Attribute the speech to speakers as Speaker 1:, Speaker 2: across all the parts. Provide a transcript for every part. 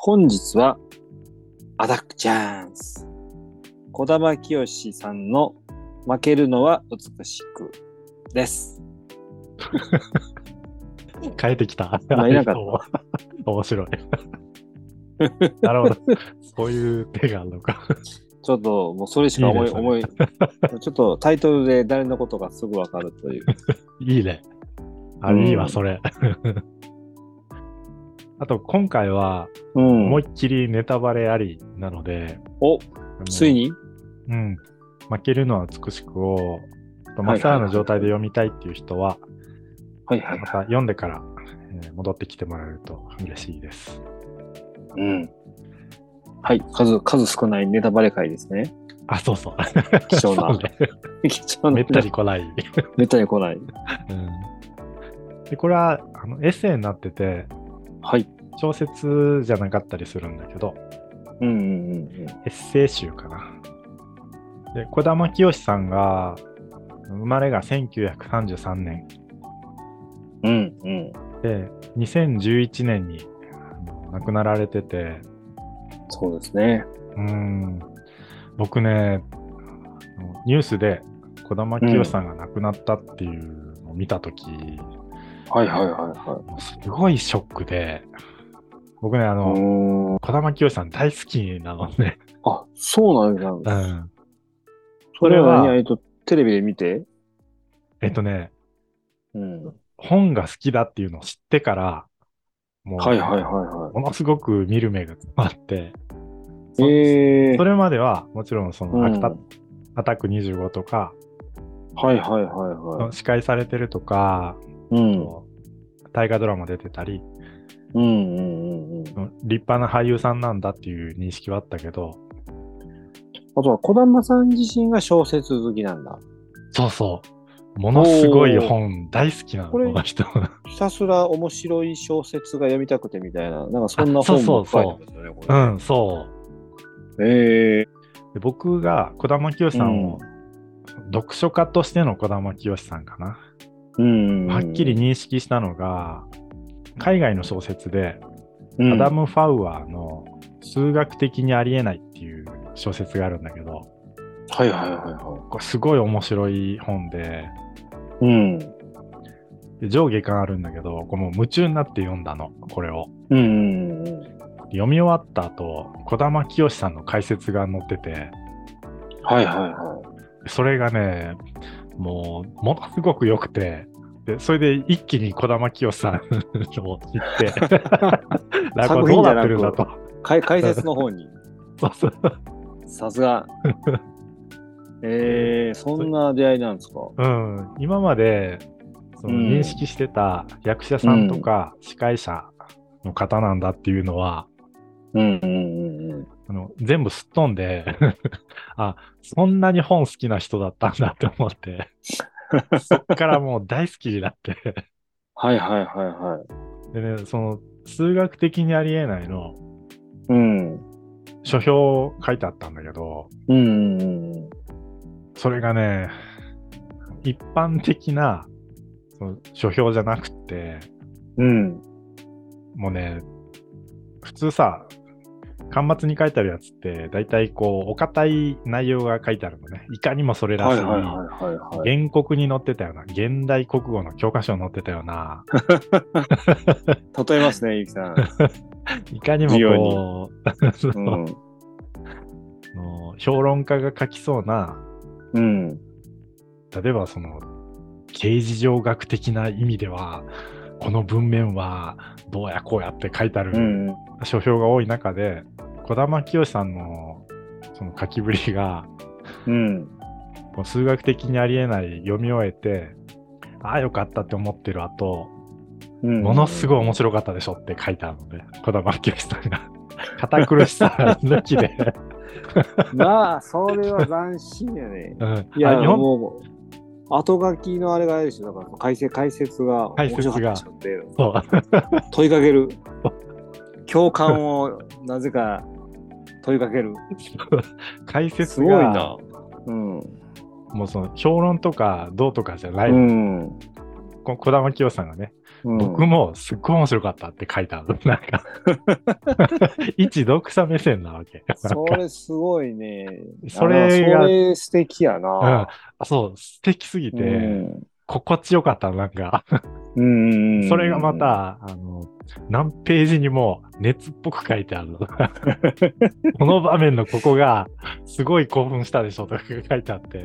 Speaker 1: 本日はアタックチャンス小玉清さんの「負けるのは美しく」です。
Speaker 2: 変えてきた。
Speaker 1: まあいなかった
Speaker 2: た。 面白い。 なるほど。そういう手があるのか。
Speaker 1: ちょっともうそれしか思い
Speaker 2: いいですね
Speaker 1: 思い ちょっとタイトルで誰のことがすぐわかるという。
Speaker 2: いいね。あ、
Speaker 1: うん
Speaker 2: いいわ、それ。 あと、今回は、
Speaker 1: うん
Speaker 2: 思いっきりネタバレありなので、
Speaker 1: おつい
Speaker 2: に。
Speaker 1: に
Speaker 2: うん。負けるのは美しくを、ちょっと
Speaker 1: はいはいはい
Speaker 2: まっさらの状態で読みたいっていう人は、
Speaker 1: はいはい
Speaker 2: また読んでから、えー戻ってきてもらえると嬉しいです。
Speaker 1: うん。はい、数、数少ないネタバレ会です ね。
Speaker 2: あ、そうそう。
Speaker 1: 貴重な
Speaker 2: そう。ね
Speaker 1: 貴重な。
Speaker 2: めったに。来ない。
Speaker 1: めったに来ない。
Speaker 2: うんでこれはあのエッセイになってて
Speaker 1: はい。
Speaker 2: 小説じゃなかったりするんだけど
Speaker 1: うんうんうん
Speaker 2: エッセイ集かな。で児玉清さんが生まれが1933年
Speaker 1: うん。うんうん。
Speaker 2: で2011年にあの亡くなられてて
Speaker 1: そうですね。
Speaker 2: うん僕ねあのニュースで児玉清さんが亡くなったっていうのを見た時、
Speaker 1: はいはいはいは
Speaker 2: もうすごいショックで僕ねあ
Speaker 1: い。
Speaker 2: の、
Speaker 1: うーん。
Speaker 2: 児玉清さん大好きなのね。
Speaker 1: あ、そうなんだ。
Speaker 2: ん。
Speaker 1: それは
Speaker 2: それは
Speaker 1: 何えっと、テレビで見て
Speaker 2: えっとね、
Speaker 1: うん。は
Speaker 2: 本が好きだっていうのを知ってから、もう、
Speaker 1: いはいはいは
Speaker 2: ものすごく見る目があって、
Speaker 1: い。えー
Speaker 2: そ。れまではもちろんその、
Speaker 1: うん
Speaker 2: アタアタック25とか、
Speaker 1: はいはいはいは
Speaker 2: 司会されてるとか、
Speaker 1: い。うん。
Speaker 2: 大河ドラマ出てたり、
Speaker 1: うんうんうんうん。
Speaker 2: 立派な俳優さんなんだっていう認識はあったけど、
Speaker 1: あとは、児玉さん自身が小説好きなんだ。
Speaker 2: そうそう、ものすごい本大好きなの、
Speaker 1: こ
Speaker 2: こ
Speaker 1: れ
Speaker 2: の 人。
Speaker 1: ひたすら面白い小説が読みたくてみたいな、なんかそんな
Speaker 2: あそう
Speaker 1: 本
Speaker 2: そ
Speaker 1: も
Speaker 2: うそ
Speaker 1: 書
Speaker 2: う
Speaker 1: いてますよね、こ
Speaker 2: う
Speaker 1: れ。
Speaker 2: ん、そう。
Speaker 1: ええ
Speaker 2: で僕が児玉清さんを、読書家としての児玉清さんかな、
Speaker 1: うん。
Speaker 2: はっきり、認識したのが海外の小説で、
Speaker 1: うん、
Speaker 2: アダム・ファウアーの「数学的にありえない」っていう小説があるんだけど
Speaker 1: はいはいはいは
Speaker 2: これすごい面白い本で
Speaker 1: い。うん。
Speaker 2: で上下巻あるんだけどこれもう夢中になって読んだのこれを
Speaker 1: うんうんうんうん。
Speaker 2: 読み終わった後児玉清さんの解説が載ってて
Speaker 1: はいはいは
Speaker 2: それがね、もう、ものすごく良くて、でそれで一気に児玉清さん を知って、 なんか
Speaker 1: 作
Speaker 2: ど
Speaker 1: 品
Speaker 2: う
Speaker 1: じゃ
Speaker 2: なっ
Speaker 1: なく
Speaker 2: てるんだと。
Speaker 1: い。かい解説の方に。
Speaker 2: そうそう
Speaker 1: さす が。ええそんな出会いなんですか。
Speaker 2: うん、今までその
Speaker 1: うん
Speaker 2: 認識してた役者さんとか司会者の方なんだっていうのは、
Speaker 1: うんうんうんうん。
Speaker 2: あの全部すっ飛んで あそんなに本好きな人だったんだって思って そっからもう大好きになって
Speaker 1: はいはいはいはい。
Speaker 2: でねその数学的にありえないの
Speaker 1: うん。
Speaker 2: 書評書いてあったんだけど、
Speaker 1: うんうんうんうん。
Speaker 2: それがね、一般的なその書評じゃなくて、
Speaker 1: うん。
Speaker 2: もうね、普通さ、端末に書いてあるやつって、だいたいこう、お堅い内容が書いてあるのね。いかにもそれら
Speaker 1: は
Speaker 2: し
Speaker 1: い
Speaker 2: い。
Speaker 1: はいはいはいはい。
Speaker 2: 原告に載ってたような、現代国語の教科書に載ってたよ うな、
Speaker 1: 例えますね、ゆきさん。
Speaker 2: いかにもこう、 そうの
Speaker 1: ん。
Speaker 2: 評論家が書きそうな、
Speaker 1: うん。
Speaker 2: 例えばその形事上学的な意味ではこの文面はどうやこうやって書いてあ
Speaker 1: う
Speaker 2: る
Speaker 1: ん。
Speaker 2: 書評が多い中で児玉清さんのその書きぶりが
Speaker 1: うん。
Speaker 2: こう数学的にありえない読み終えてああよかったって思ってる後
Speaker 1: うん。
Speaker 2: ものすごい面
Speaker 1: 白
Speaker 2: 白かったでしょって書いてあるので児玉清さんが 堅苦しさ抜き で、
Speaker 1: い。まあ、それは斬新や ね。
Speaker 2: うん
Speaker 1: いや、
Speaker 2: あ日本
Speaker 1: もう、後書きのあれがあるでしょ、だから解説解説が
Speaker 2: 解説が
Speaker 1: 面白かったでしょって
Speaker 2: そう
Speaker 1: 問いかける。共感をなぜか問いかける。
Speaker 2: 解
Speaker 1: す
Speaker 2: 説
Speaker 1: ごい
Speaker 2: が
Speaker 1: な。うん。
Speaker 2: もうその評論とかどうとかじゃな
Speaker 1: う
Speaker 2: い
Speaker 1: ん。
Speaker 2: こ児玉清さんがね、
Speaker 1: うん
Speaker 2: 僕もすっごい面白かったって書いたの。 なんか、一読者目線なわけ。
Speaker 1: それすごいね。
Speaker 2: それが
Speaker 1: あそれ素敵やな。
Speaker 2: あそう、素敵すぎて、
Speaker 1: うん
Speaker 2: 心地よかった、なんか。
Speaker 1: うんうんうん
Speaker 2: それがまた、あの、何ページにも熱っぽく書いてある の。この場面のここが、すごい興奮したでしょとか書いてあって。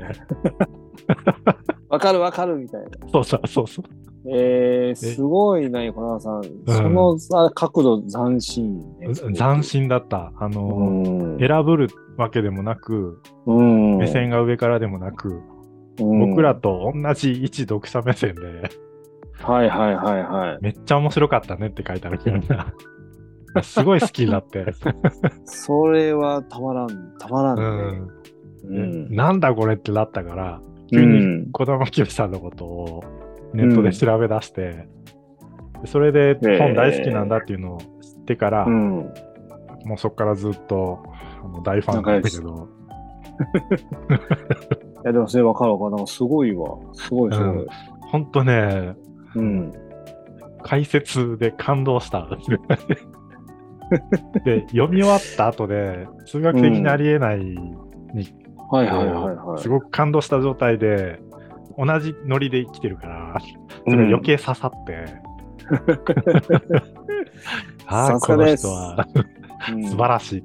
Speaker 1: わかるわかるみたいな。
Speaker 2: そうそうそうそう。
Speaker 1: えー、すごいな、小田さん。そのさ角度斬新ね、
Speaker 2: 斬新だった。あの、
Speaker 1: うん
Speaker 2: 選ぶるわけでもなく、
Speaker 1: うん
Speaker 2: 目線が上からでもなく、僕ら、と同じ一読者目線で、
Speaker 1: うんはいはいはいはい。
Speaker 2: めっちゃ面白かったねって書いてあるけど な。すごい好きになって、
Speaker 1: それはたまらん、たまら
Speaker 2: うん
Speaker 1: ね。
Speaker 2: ん
Speaker 1: うん
Speaker 2: なんだこれってなったから、
Speaker 1: う
Speaker 2: 急に
Speaker 1: ん
Speaker 2: 児玉清さんのことをネットで調べ出して、それで
Speaker 1: え
Speaker 2: 本大好きなんだっていうのを知ってから、
Speaker 1: うん、
Speaker 2: もうそこからずっとあの大ファンなんだけど、
Speaker 1: いやでもそれわかるわかるなんかすごいわすごいすごい、
Speaker 2: ほんとね、
Speaker 1: うん
Speaker 2: 解説で感 動した。で、読み終わった後で、数学的にありえない、
Speaker 1: はいはいはいはい
Speaker 2: すごく感動した状態で、同じノリで生きてるから、それが余計刺 さって、ああ、
Speaker 1: さす
Speaker 2: こ
Speaker 1: が
Speaker 2: の
Speaker 1: です
Speaker 2: 人は
Speaker 1: うん
Speaker 2: 素晴らしい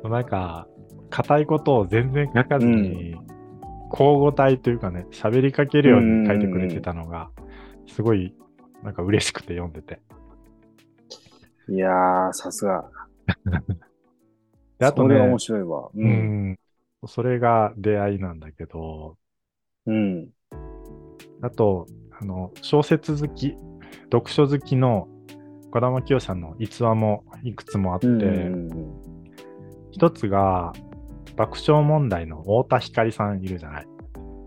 Speaker 2: と。なんか、硬いことを全然書かずに、交互体というかね、喋りかけるように書いてくれてたのが、すごい、なんか嬉しくて読んでて。
Speaker 1: いやーさすが
Speaker 2: で、あと
Speaker 1: それは
Speaker 2: ね
Speaker 1: 面、白いわう
Speaker 2: う、ん、それが出会いなんだけど、
Speaker 1: うん、
Speaker 2: あと、あの、小説好き、読書好きの児玉清さんの逸話もいくつもあって、
Speaker 1: うん
Speaker 2: 一つが、爆笑問題の太田光さんいるじゃない。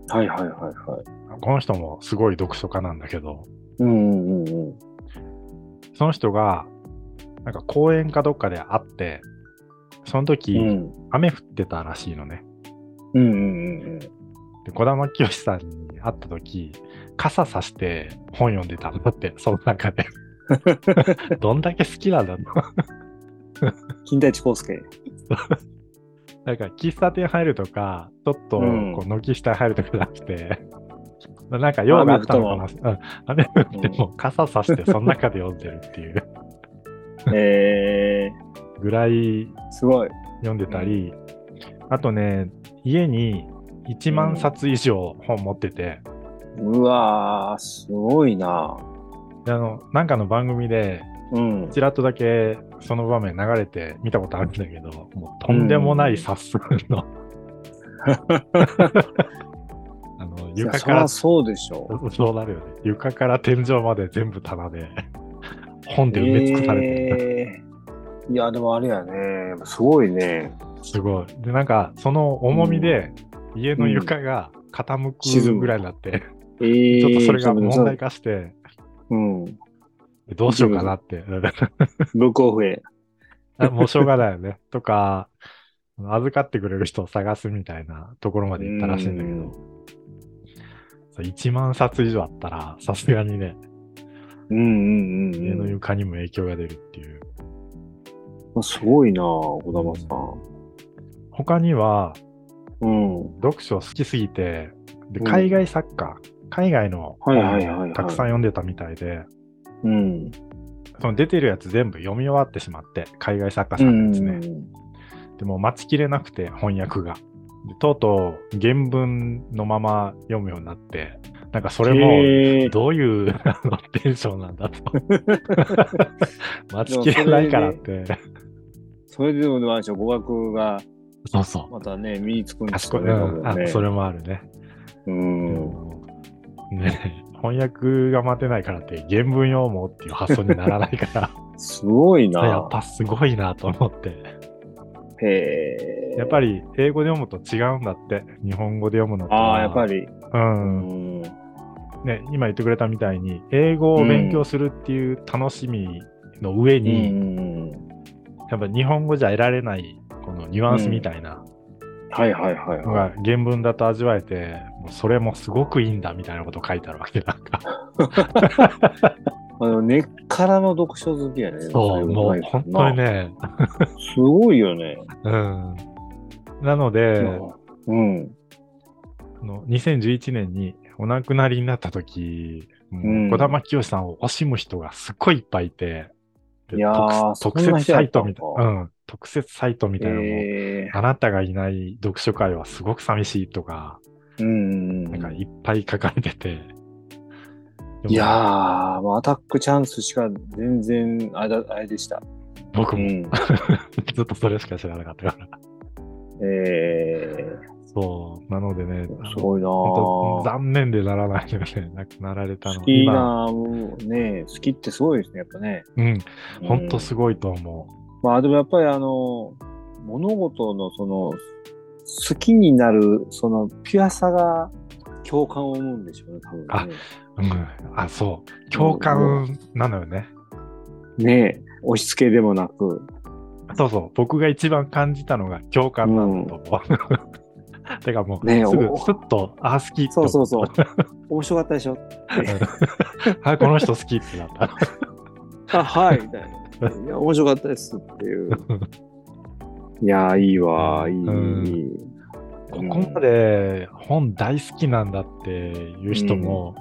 Speaker 1: はいはいはいはい
Speaker 2: この人もすごい読書家なんだけど、
Speaker 1: うんうんうん
Speaker 2: その人が、なんか公園かどっかで会って、その時、
Speaker 1: うん
Speaker 2: 雨降ってたらしいのね。
Speaker 1: うんうんうんうん
Speaker 2: で、児玉清さんに会った時、傘さして本読んでたんだって、その中 で。どんだけ好きなんだろう。
Speaker 1: 金田一耕 助
Speaker 2: なんか喫茶店入るとか、ちょっとこ
Speaker 1: うん
Speaker 2: う軒下入るとかじゃなくて、 なんか用があったのかもしれない。雨降っても傘さしてその中で読んでるって いう
Speaker 1: え
Speaker 2: ぐらい
Speaker 1: ー、すごい
Speaker 2: 読んでたり、あとね家に1万冊以上本持ってて、
Speaker 1: うわーすごいな
Speaker 2: であのなんかの番組で
Speaker 1: うん
Speaker 2: ちらっとだけその場面流れて見たことあるんだけどもうとんでもない冊数 の、あの
Speaker 1: いや
Speaker 2: 床
Speaker 1: そ
Speaker 2: か
Speaker 1: り
Speaker 2: ら
Speaker 1: ゃそうでしょ
Speaker 2: そうなるよね床から天井まで全部棚で本で埋め尽くされてる、
Speaker 1: えーいやでもあれやねすごいね
Speaker 2: すごいでなんかその重みで家の床が傾くぐらいになって、
Speaker 1: えー、
Speaker 2: ちょっとそれが問題化して、
Speaker 1: うん
Speaker 2: どうしようかなって。
Speaker 1: ブックオフへ
Speaker 2: あもうしょうがないよね。とか、預かってくれる人を探すみたいなところまで行ったらしいんだけ
Speaker 1: うん
Speaker 2: ど、そう1万冊以上あったら、さすがにね、
Speaker 1: うんうんうん、
Speaker 2: 家
Speaker 1: うん
Speaker 2: の床にも影響が出るっていう。
Speaker 1: すごいなあ、小玉さん。
Speaker 2: 他には、
Speaker 1: うん。
Speaker 2: 読書好きすぎて、で
Speaker 1: うん
Speaker 2: 海外作家、海外の
Speaker 1: はいはいはいは
Speaker 2: 本
Speaker 1: い
Speaker 2: をたくさん読んでたみたいで、
Speaker 1: うん。
Speaker 2: その出てるやつ全部読み終わってしまって、海外作家
Speaker 1: う
Speaker 2: さんのやつね。
Speaker 1: ん。
Speaker 2: でも待ちきれなくて翻訳が。でとうとう原文のまま読むようになって、なんかそれも
Speaker 1: へえ
Speaker 2: どういうあのテンションなん だと。待ちきれないからって。
Speaker 1: それでも、でもあれでしょ、語学が
Speaker 2: そうそう。
Speaker 1: またね、身につくんで
Speaker 2: あ
Speaker 1: す
Speaker 2: そこ
Speaker 1: よ
Speaker 2: う
Speaker 1: ね。多
Speaker 2: ん
Speaker 1: 分
Speaker 2: あ
Speaker 1: ね
Speaker 2: それもあるね。
Speaker 1: う
Speaker 2: で
Speaker 1: ん。
Speaker 2: もね翻訳が待てないからって原文読もうっていう発想にならないか
Speaker 1: すごいな
Speaker 2: ら、や
Speaker 1: あ
Speaker 2: っ。ぱすごいなと思って。
Speaker 1: へえ。
Speaker 2: やっぱり英語で読むと違うんだって、日本語で読むのとは。
Speaker 1: ああ、やっぱり。
Speaker 2: う。
Speaker 1: うんん。
Speaker 2: ね、今言ってくれたみたいに英語を勉強するっていう楽しみの上
Speaker 1: う
Speaker 2: に、
Speaker 1: ん。
Speaker 2: やっぱ日本語じゃ得られないこのニュアンスみたいな
Speaker 1: はいはいはい
Speaker 2: の
Speaker 1: は
Speaker 2: が原文だと味わえて、ももうそれもすごくいいんだみたいなこと書いてあるわけなんか。
Speaker 1: あの根っからの読書好きやね。
Speaker 2: そう、もう本当に
Speaker 1: ね。
Speaker 2: ね。
Speaker 1: すごいよね。
Speaker 2: うん。なので、
Speaker 1: うん。
Speaker 2: あの2011年にお亡くなりになった時、
Speaker 1: ん
Speaker 2: 児玉清さんを惜しむ人がすっごいいっぱいいて、で
Speaker 1: いやー
Speaker 2: 特
Speaker 1: そんな
Speaker 2: 特設
Speaker 1: 人だ
Speaker 2: サ
Speaker 1: っ
Speaker 2: イ
Speaker 1: たの
Speaker 2: トみ
Speaker 1: か
Speaker 2: たいな、うん、特設サイトみたいなのも、
Speaker 1: え
Speaker 2: あなたがいない読書会はすごく寂しいとか、
Speaker 1: ーうん。
Speaker 2: なんかいっぱい書かれてて。でも
Speaker 1: いやー、まあアタックチャンスしか全然あれだあれでした。
Speaker 2: 僕
Speaker 1: う
Speaker 2: も
Speaker 1: ん。
Speaker 2: ずっとそれしか知らなかったから。
Speaker 1: え
Speaker 2: そう、なのでね、
Speaker 1: ー、すごいな
Speaker 2: 本当
Speaker 1: ー。
Speaker 2: 残念でならないよね、亡くなられたの
Speaker 1: 好きなもうね、好きってすごいですね、やっぱね。
Speaker 2: 今うん、本
Speaker 1: う
Speaker 2: 当
Speaker 1: ん
Speaker 2: すごいと思
Speaker 1: まあでもやっぱりあの物事のその好きになるそのピュアさが共感を生むんでしょうね多分ね。
Speaker 2: う。うん、あ、そう、共感なのよね。
Speaker 1: ねえ押し付けでもなく。
Speaker 2: そうそう、僕が一番感じたのが共感なんだと思 う。てかもう、
Speaker 1: ねえ
Speaker 2: すぐ
Speaker 1: お
Speaker 2: スッと、あ、好きって
Speaker 1: そ
Speaker 2: 思
Speaker 1: う
Speaker 2: っ
Speaker 1: そう そう。面白かったでしょ。
Speaker 2: あ、この人好きって なった。
Speaker 1: あはいみたいな。いや面白かったですって いう。いやーいいわいい。
Speaker 2: うん
Speaker 1: いい
Speaker 2: ここまで本大好きなんだっていう人も、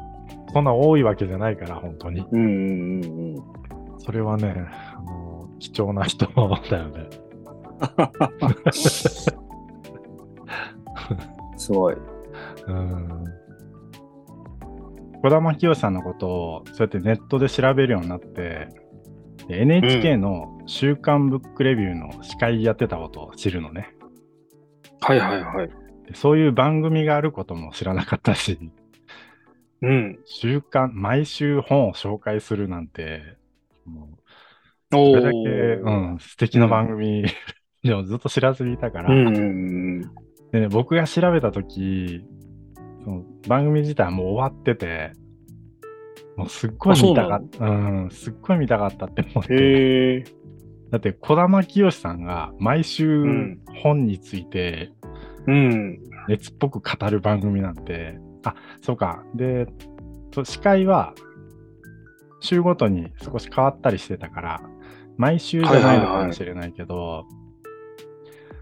Speaker 2: そんな多いわけじゃないから、本当に。
Speaker 1: うんうんうんうん。
Speaker 2: それはね、あの貴重な人だよね。
Speaker 1: すごい。
Speaker 2: うん。児玉清さんのことを、そうやってネットで調べるようになって、で NHK の週刊ブックレビューの司会やってたことを知るのね。
Speaker 1: はいはいはい。
Speaker 2: でそういう番組があることも知らなかったし、
Speaker 1: うん。
Speaker 2: 週刊、毎週本を紹介するなんて、もう
Speaker 1: お
Speaker 2: そ
Speaker 1: ー
Speaker 2: れだけ、うん、素敵な番組、 でもずっと知らずにいたから、
Speaker 1: うんうんうん。
Speaker 2: でね、僕が調べた時その番組自体はもう終わっててもうすっごい見たかったうんすっごい見たかったって思って
Speaker 1: へえ。
Speaker 2: だって児玉清さんが毎週
Speaker 1: ん
Speaker 2: 本について
Speaker 1: うん。
Speaker 2: 熱っぽく語る番組なんて、あそうかでと司会は週ごとに少し変わったりしてたから毎週じゃないのかもしれないけど、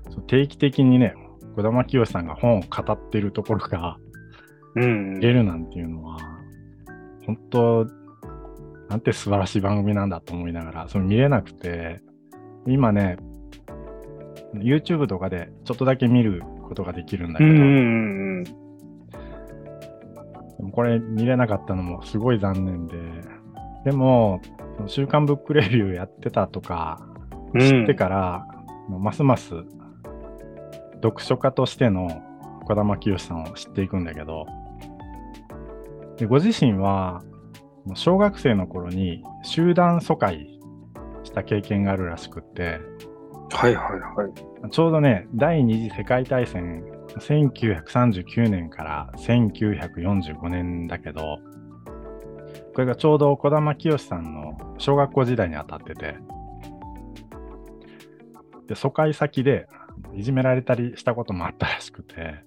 Speaker 2: そう定期的にね児玉清さんが本を語ってるところが
Speaker 1: うん
Speaker 2: 見れるなんていうのは本当なんて素晴らしい番組なんだと思いながらそれ見れなくて今ね YouTube とかでちょっとだけ見ることができるん
Speaker 1: う
Speaker 2: だけ
Speaker 1: ん
Speaker 2: ど、
Speaker 1: うんうん。
Speaker 2: でもこれ見れなかったのもすごい残念で、でも、その週刊ブックレビューやってたとか、
Speaker 1: うん
Speaker 2: 知ってから、もうますます読書家としての岡田清さんを知っていくんだけど、でご自身は、もう小学生の頃に集団疎開した経験があるらしくって、
Speaker 1: はいはいはい。
Speaker 2: ちょうどね、第二次世界大戦、1939年から1945年だけど、これがちょうど児玉清さんの小学校時代に当たってて、で疎開先でいじめられたりしたこともあったらしくて、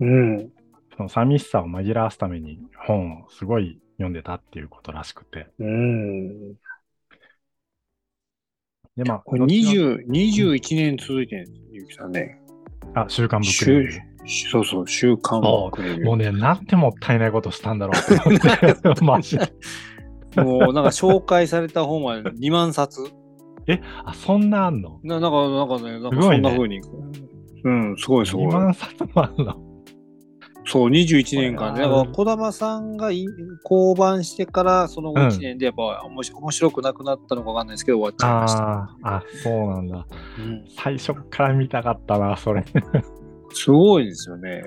Speaker 1: うん。
Speaker 2: その寂しさを紛らわすために本をすごい読んでたっていうことらしくて。
Speaker 1: うん。
Speaker 2: で、まあ、
Speaker 1: これ20 21年続いてるんですよ、ゆうきさんね。
Speaker 2: あ、週刊ブックレビュー。
Speaker 1: 週そうそう、週刊
Speaker 2: そ
Speaker 1: ブックレビュー
Speaker 2: もうね、なんてもったいないことしたんだろうと 思って、マジで。
Speaker 1: もうなんか紹介された本は2万冊。
Speaker 2: あ、そんなあんの
Speaker 1: ななんか、なんかね、なん
Speaker 2: す
Speaker 1: か
Speaker 2: ご
Speaker 1: そ
Speaker 2: い
Speaker 1: ん
Speaker 2: ね
Speaker 1: な風に。うん、すごいすごい
Speaker 2: 2。万冊もあるの。
Speaker 1: そう、21年間で。
Speaker 2: こ
Speaker 1: だか
Speaker 2: れは
Speaker 1: ら、児玉さんがい降板してから、その後
Speaker 2: うん
Speaker 1: 1年で、やっぱ、おもし面白くなくなったのかわかんないですけど、終わっちゃいました。
Speaker 2: あーあ、そうなんだ。
Speaker 1: うん
Speaker 2: 最初から見たかったな、それ。
Speaker 1: すごいですよね。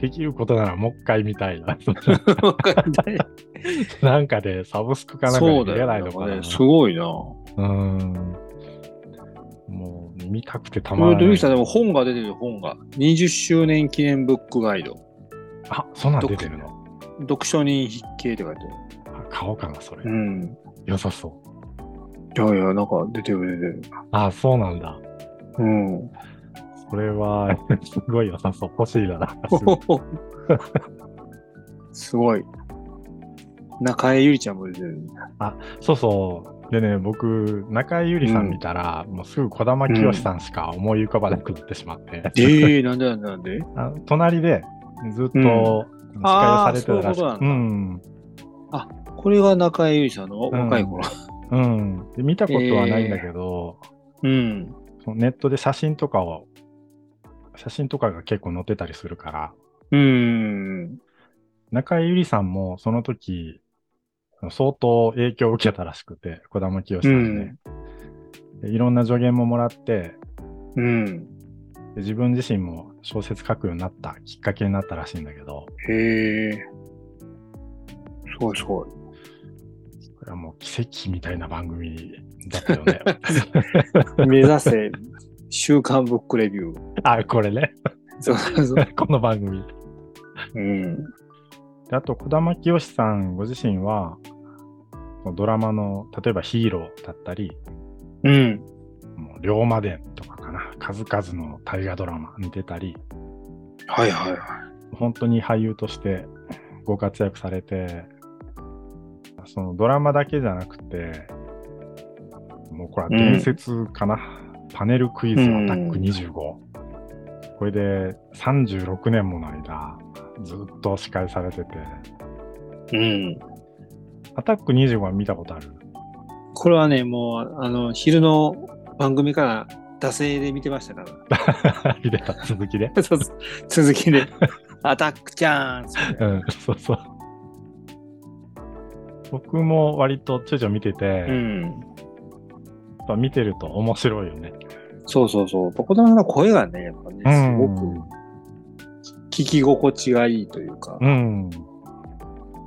Speaker 2: できることならもう一回見たいな。
Speaker 1: わかんない
Speaker 2: なんかで、サブスクかなんかで
Speaker 1: そう
Speaker 2: 見
Speaker 1: だ
Speaker 2: れ
Speaker 1: よ
Speaker 2: ないのかな。
Speaker 1: ね。すごいな。
Speaker 2: うーん。もう、見たくてた
Speaker 1: こ
Speaker 2: ま
Speaker 1: れ、
Speaker 2: らな
Speaker 1: ルイ
Speaker 2: い
Speaker 1: さん、。でも本が出てる本が。20周年記念ブックガイド。
Speaker 2: あ、そんなん出てるの
Speaker 1: 読書人筆記って書いて
Speaker 2: あ買おうかな、それ
Speaker 1: ある。う。ん。
Speaker 2: 良さそう。
Speaker 1: いやいや、なんか出てる出てる。
Speaker 2: あ、そうなんだ。
Speaker 1: うん。
Speaker 2: これは、 すごい良さそう。欲しいだな。
Speaker 1: すごい。中江ゆりちゃんも出てる。
Speaker 2: そうそう。でね、僕、中井ゆりさん見たら、もうすぐ児玉清さんしか思い浮かばなくなってしまって、
Speaker 1: ええなんでなんでなんで
Speaker 2: あ隣でずっと
Speaker 1: う
Speaker 2: 司
Speaker 1: ん
Speaker 2: 会をされてたらしい。
Speaker 1: あーそういうことなん
Speaker 2: う
Speaker 1: だ
Speaker 2: ん。
Speaker 1: これが中江ゆりさんの若い頃。
Speaker 2: うん。で見たことはないんだけど、
Speaker 1: うん。
Speaker 2: そのネットで写真とかを、写真とかが結構載ってたりするから、
Speaker 1: うん。
Speaker 2: 中井ゆりさんもその時、相当影響を受けたらしくて、児玉清さんね、でいろんな助言ももらって、
Speaker 1: うん。
Speaker 2: で自分自身も小説書くようになったきっかけになったらしいんだけど、
Speaker 1: へえ。すごいすごい。
Speaker 2: これはもう奇跡みたいな番組だったよ ね。
Speaker 1: 目指せ、週刊ブックレビュー。
Speaker 2: あ、これね。
Speaker 1: そうそうそう。
Speaker 2: この番組。
Speaker 1: うん。
Speaker 2: であと、児玉清さんご自身は、ドラマの、例えばヒーローだったり、
Speaker 1: うん。
Speaker 2: もう龍馬伝とかかな、数々の大河ドラマに出たり、
Speaker 1: はいはいは
Speaker 2: 本当に俳優としてご活躍されて、そのドラマだけじゃなくて、もうこれは伝説かな、パネルクイズアタック25。これで36年もの間、ずっと司会されてて、
Speaker 1: い。うん。
Speaker 2: アタック25は見たことある。
Speaker 1: これはね、もう、あの、昼の番組から、惰性で見てましたから。
Speaker 2: 見てた続き で。
Speaker 1: そうそう続きで。 アタックチャンス。
Speaker 2: うん、そうそう。僕も割とちょいちょい見てて、
Speaker 1: うん。
Speaker 2: やっぱ見てると面白いよね。
Speaker 1: そうそうそう。子供の声がね、やっぱね、すごく聞き心地がいいというか。
Speaker 2: うん。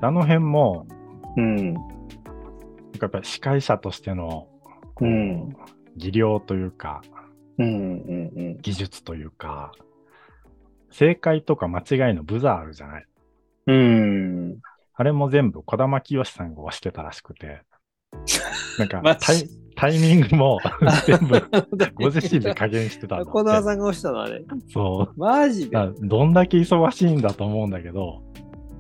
Speaker 2: あの辺も、
Speaker 1: うん。
Speaker 2: なんかやっぱり司会者としての、こう
Speaker 1: うん
Speaker 2: 技量というか、
Speaker 1: うんうんうん。
Speaker 2: 技術というか、正解とか間違いのブザーあるじゃない。
Speaker 1: うん。
Speaker 2: あれも全部児玉清さんが押してたらしくて、なん か
Speaker 1: マジ
Speaker 2: タイタイミング も全部ご自身で加減してたんだって
Speaker 1: 小沢さんが押したのあれ。
Speaker 2: そう。
Speaker 1: マジで。
Speaker 2: だ
Speaker 1: は
Speaker 2: からどんだけ忙しいんだと思うんだけど、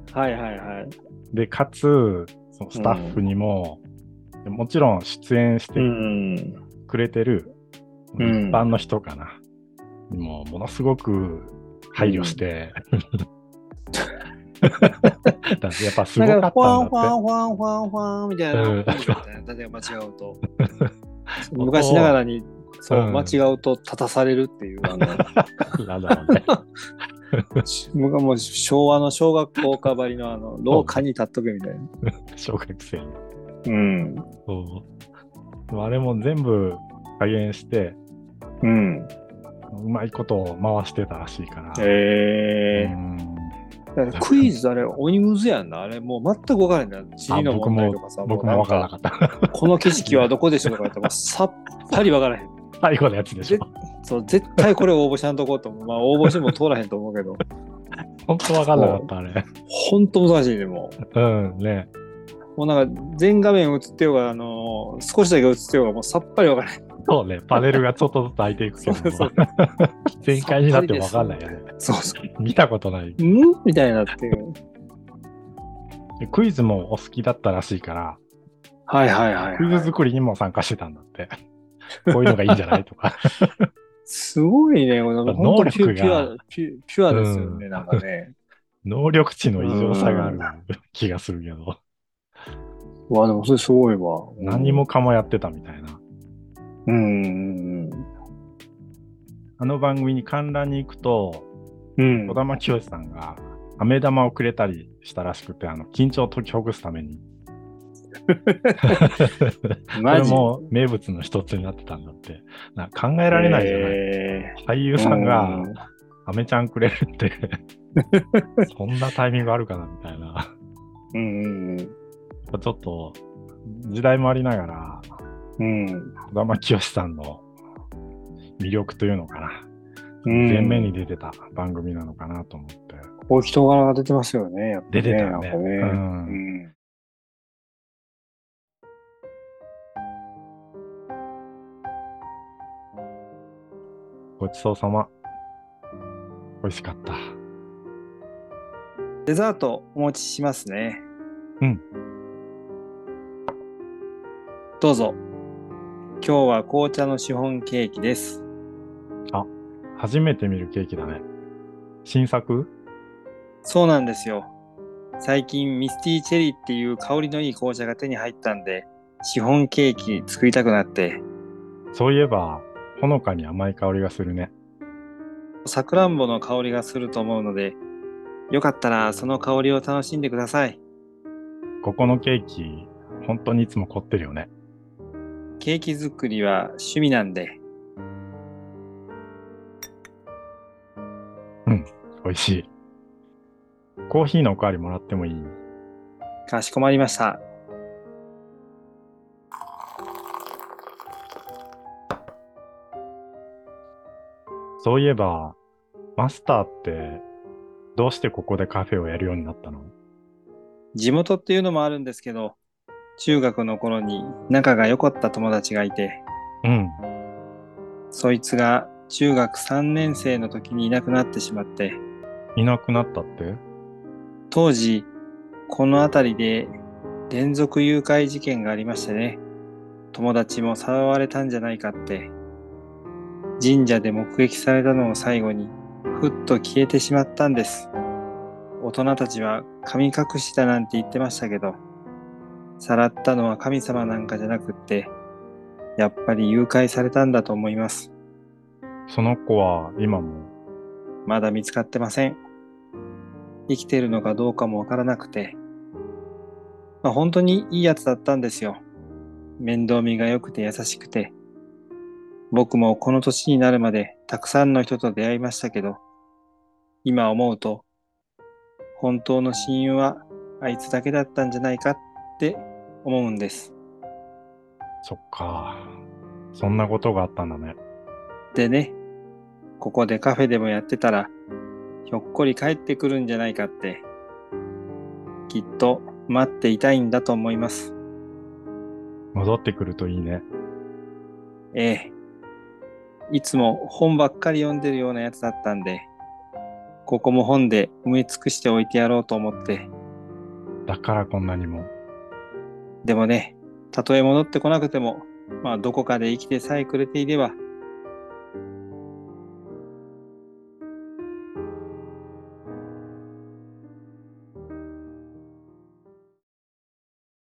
Speaker 1: いはいはい。
Speaker 2: で、かつ、そのスタッフにも、もちろん出演して
Speaker 1: うん。
Speaker 2: くれてる一
Speaker 1: うん
Speaker 2: 般の人かな、もうものすごく配慮して、 だってやっぱすごか
Speaker 1: な
Speaker 2: った
Speaker 1: んか、ファン
Speaker 2: ん
Speaker 1: フ
Speaker 2: だ
Speaker 1: ァ
Speaker 2: っ
Speaker 1: ンファンファンファンみたい
Speaker 2: うん
Speaker 1: な。例えば間違うと。昔ながらに、そうう、
Speaker 2: ん
Speaker 1: 間違うと立たされるっていう、あの、
Speaker 2: て。なんだろうね。
Speaker 1: 僕はもう昭和の小学校かばりのあの、廊下に立っとけみたいな。
Speaker 2: 小学生の。
Speaker 1: うん。
Speaker 2: そうでもあれも全部加減して、
Speaker 1: うん。
Speaker 2: うまいことを回してたらしいから。
Speaker 1: え
Speaker 2: う
Speaker 1: え
Speaker 2: ん
Speaker 1: だからクイズあれ、鬼むずやんな。あれ、もう全く分からへんな。地理の問題とかさ、
Speaker 2: 僕も
Speaker 1: う
Speaker 2: わ
Speaker 1: ん
Speaker 2: からなかった。
Speaker 1: この景色はどこでしょうとか言っても、 さっぱり分からへん。
Speaker 2: 最後のやつでしょ。
Speaker 1: そう、絶対これ応募しなんとこうと思う。まあ、応募しても通らへんと思うけど、
Speaker 2: 本当わからなかった、あれ。
Speaker 1: ほんと難しいね、もう。
Speaker 2: うん、ね。
Speaker 1: もうなんか、全画面映ってようが、あのー少しだけ映ってようが、もうさっぱり分からへん。
Speaker 2: そうね、パネルがちょっとずつ開いていくけど
Speaker 1: そうそう、
Speaker 2: 全開になってもわかんないよね。
Speaker 1: そうそう。
Speaker 2: 見たことない。
Speaker 1: んみたいなっていう。
Speaker 2: クイズもお好きだったらしいから、
Speaker 1: はいはいはい、
Speaker 2: クイズ
Speaker 1: はい。
Speaker 2: 作りにも参加してたんだって。こういうのがいいんじゃないと か。
Speaker 1: すごいね、この
Speaker 2: 能
Speaker 1: 本当ピュ
Speaker 2: 力
Speaker 1: ピュ
Speaker 2: が
Speaker 1: アピュ、ピュアですよね、なんかね。
Speaker 2: 能力値の異常さがある気がするけど、
Speaker 1: うわ、でもそれすごいわ。
Speaker 2: 何も。かもやってたみたいな。
Speaker 1: うんうんうん。
Speaker 2: あの番組に観覧に行くと、
Speaker 1: うん
Speaker 2: 児玉清さんが飴玉をくれたりしたらしくて、あの緊張を解きほぐすため に。これ
Speaker 1: マジ
Speaker 2: も名物の一つになってたんだって。な考えられないじゃない。
Speaker 1: え
Speaker 2: 俳優
Speaker 1: ー
Speaker 2: さん
Speaker 1: う
Speaker 2: がアメちゃんくれるって、 そんなタイミングあるかなみたいな。や
Speaker 1: うんうん
Speaker 2: っぱちょっと、時代もありながら、
Speaker 1: うんうん
Speaker 2: 小玉清さんの魅力というのかな。
Speaker 1: うん
Speaker 2: 前面に出てた番組なのかなと思って。
Speaker 1: こう人柄が出てますよねやっぱ
Speaker 2: 出てた
Speaker 1: な
Speaker 2: よ
Speaker 1: んか
Speaker 2: ね。
Speaker 1: ね
Speaker 2: うん
Speaker 1: うん
Speaker 2: ごちそうさま。美味しかった。
Speaker 1: デザートお持ちしますね。
Speaker 2: うん。
Speaker 1: どうぞ。今日は紅茶のシフォンケーキです。
Speaker 2: 初めて見るケーキだね。新作
Speaker 1: そうなんですよ。最近ミスティーチェリーっていう香りのいい紅茶が手に入ったんで、シフォンケーキ作りたくなって、
Speaker 2: そういえば、ほのかに甘い香りがするね。
Speaker 1: さくらんぼの香りがすると思うので、よかったらその香りを楽しんでください。
Speaker 2: ここのケーキ、本当にいつも凝ってるよね。
Speaker 1: ケーキ作りは趣味なんで。
Speaker 2: 美味しい。コーヒーのおかわりもらってもいい
Speaker 1: かしこまりました。
Speaker 2: そういえば、マスターって、どうしてここでカフェをやるようになったの
Speaker 1: 地元っていうのもあるんですけど、中学の頃に仲が良かった友達がいて、
Speaker 2: うん。
Speaker 1: そいつが中学3年生の時にいなくなってしまって、
Speaker 2: いなくなったって
Speaker 1: 当時、この辺りで連続誘拐事件がありましてね、友達もさらわれたんじゃないかって、神社で目撃されたのを最後に、ふっと消えてしまったんです。大人たちは神隠しだなんて言ってましたけど、さらったのは神様なんかじゃなくって、やっぱり誘拐されたんだと思います。
Speaker 2: その子は今も、
Speaker 1: まだ見つかってません。生きてるのかどうかもわからなくて。まあ、本当にいいやつだったんですよ。面倒見が良くて優しくて。僕もこの年になるまでたくさんの人と出会いましたけど、今思うと、本当の親友はあいつだけだったんじゃないかって思うんです。
Speaker 2: そっか。そんなことがあったんだね。
Speaker 1: でね、ここでカフェでもやってたら、ひょっこり帰ってくるんじゃないかって、きっと待っていたいんだと思います。
Speaker 2: 戻ってくるといいね。
Speaker 1: ええ。いつも本ばっかり読んでるようなやつだったんで、ここも本で埋め尽くしておいてやろうと思って、
Speaker 2: だからこんなにも。
Speaker 1: でもね、たとえ戻ってこなくても、まあどこかで生きてさえくれていれば、